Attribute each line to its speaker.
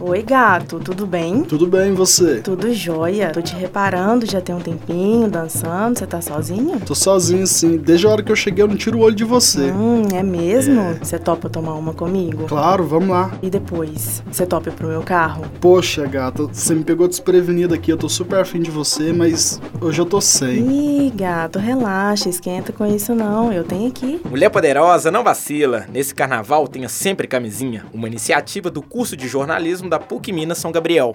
Speaker 1: Oi, gato, tudo bem?
Speaker 2: Tudo bem, e você?
Speaker 1: Tudo jóia. Tô te reparando, já tem um tempinho dançando. Você tá sozinho?
Speaker 2: Tô sozinho, sim. Desde a hora que eu cheguei, eu não tiro o olho de você.
Speaker 1: Hum, é mesmo? Você topa tomar uma comigo?
Speaker 2: Claro, vamos lá.
Speaker 1: E depois, você topa ir pro meu carro?
Speaker 2: Poxa, gata, você me pegou desprevenido aqui. Eu tô super afim de você, mas hoje eu tô sem.
Speaker 1: Ih, gato, relaxa, esquenta com isso não. Eu tenho aqui.
Speaker 3: Mulher Poderosa não vacila. Nesse carnaval tenha sempre camisinha. Uma iniciativa do curso de jornalismo da PUC Minas São Gabriel.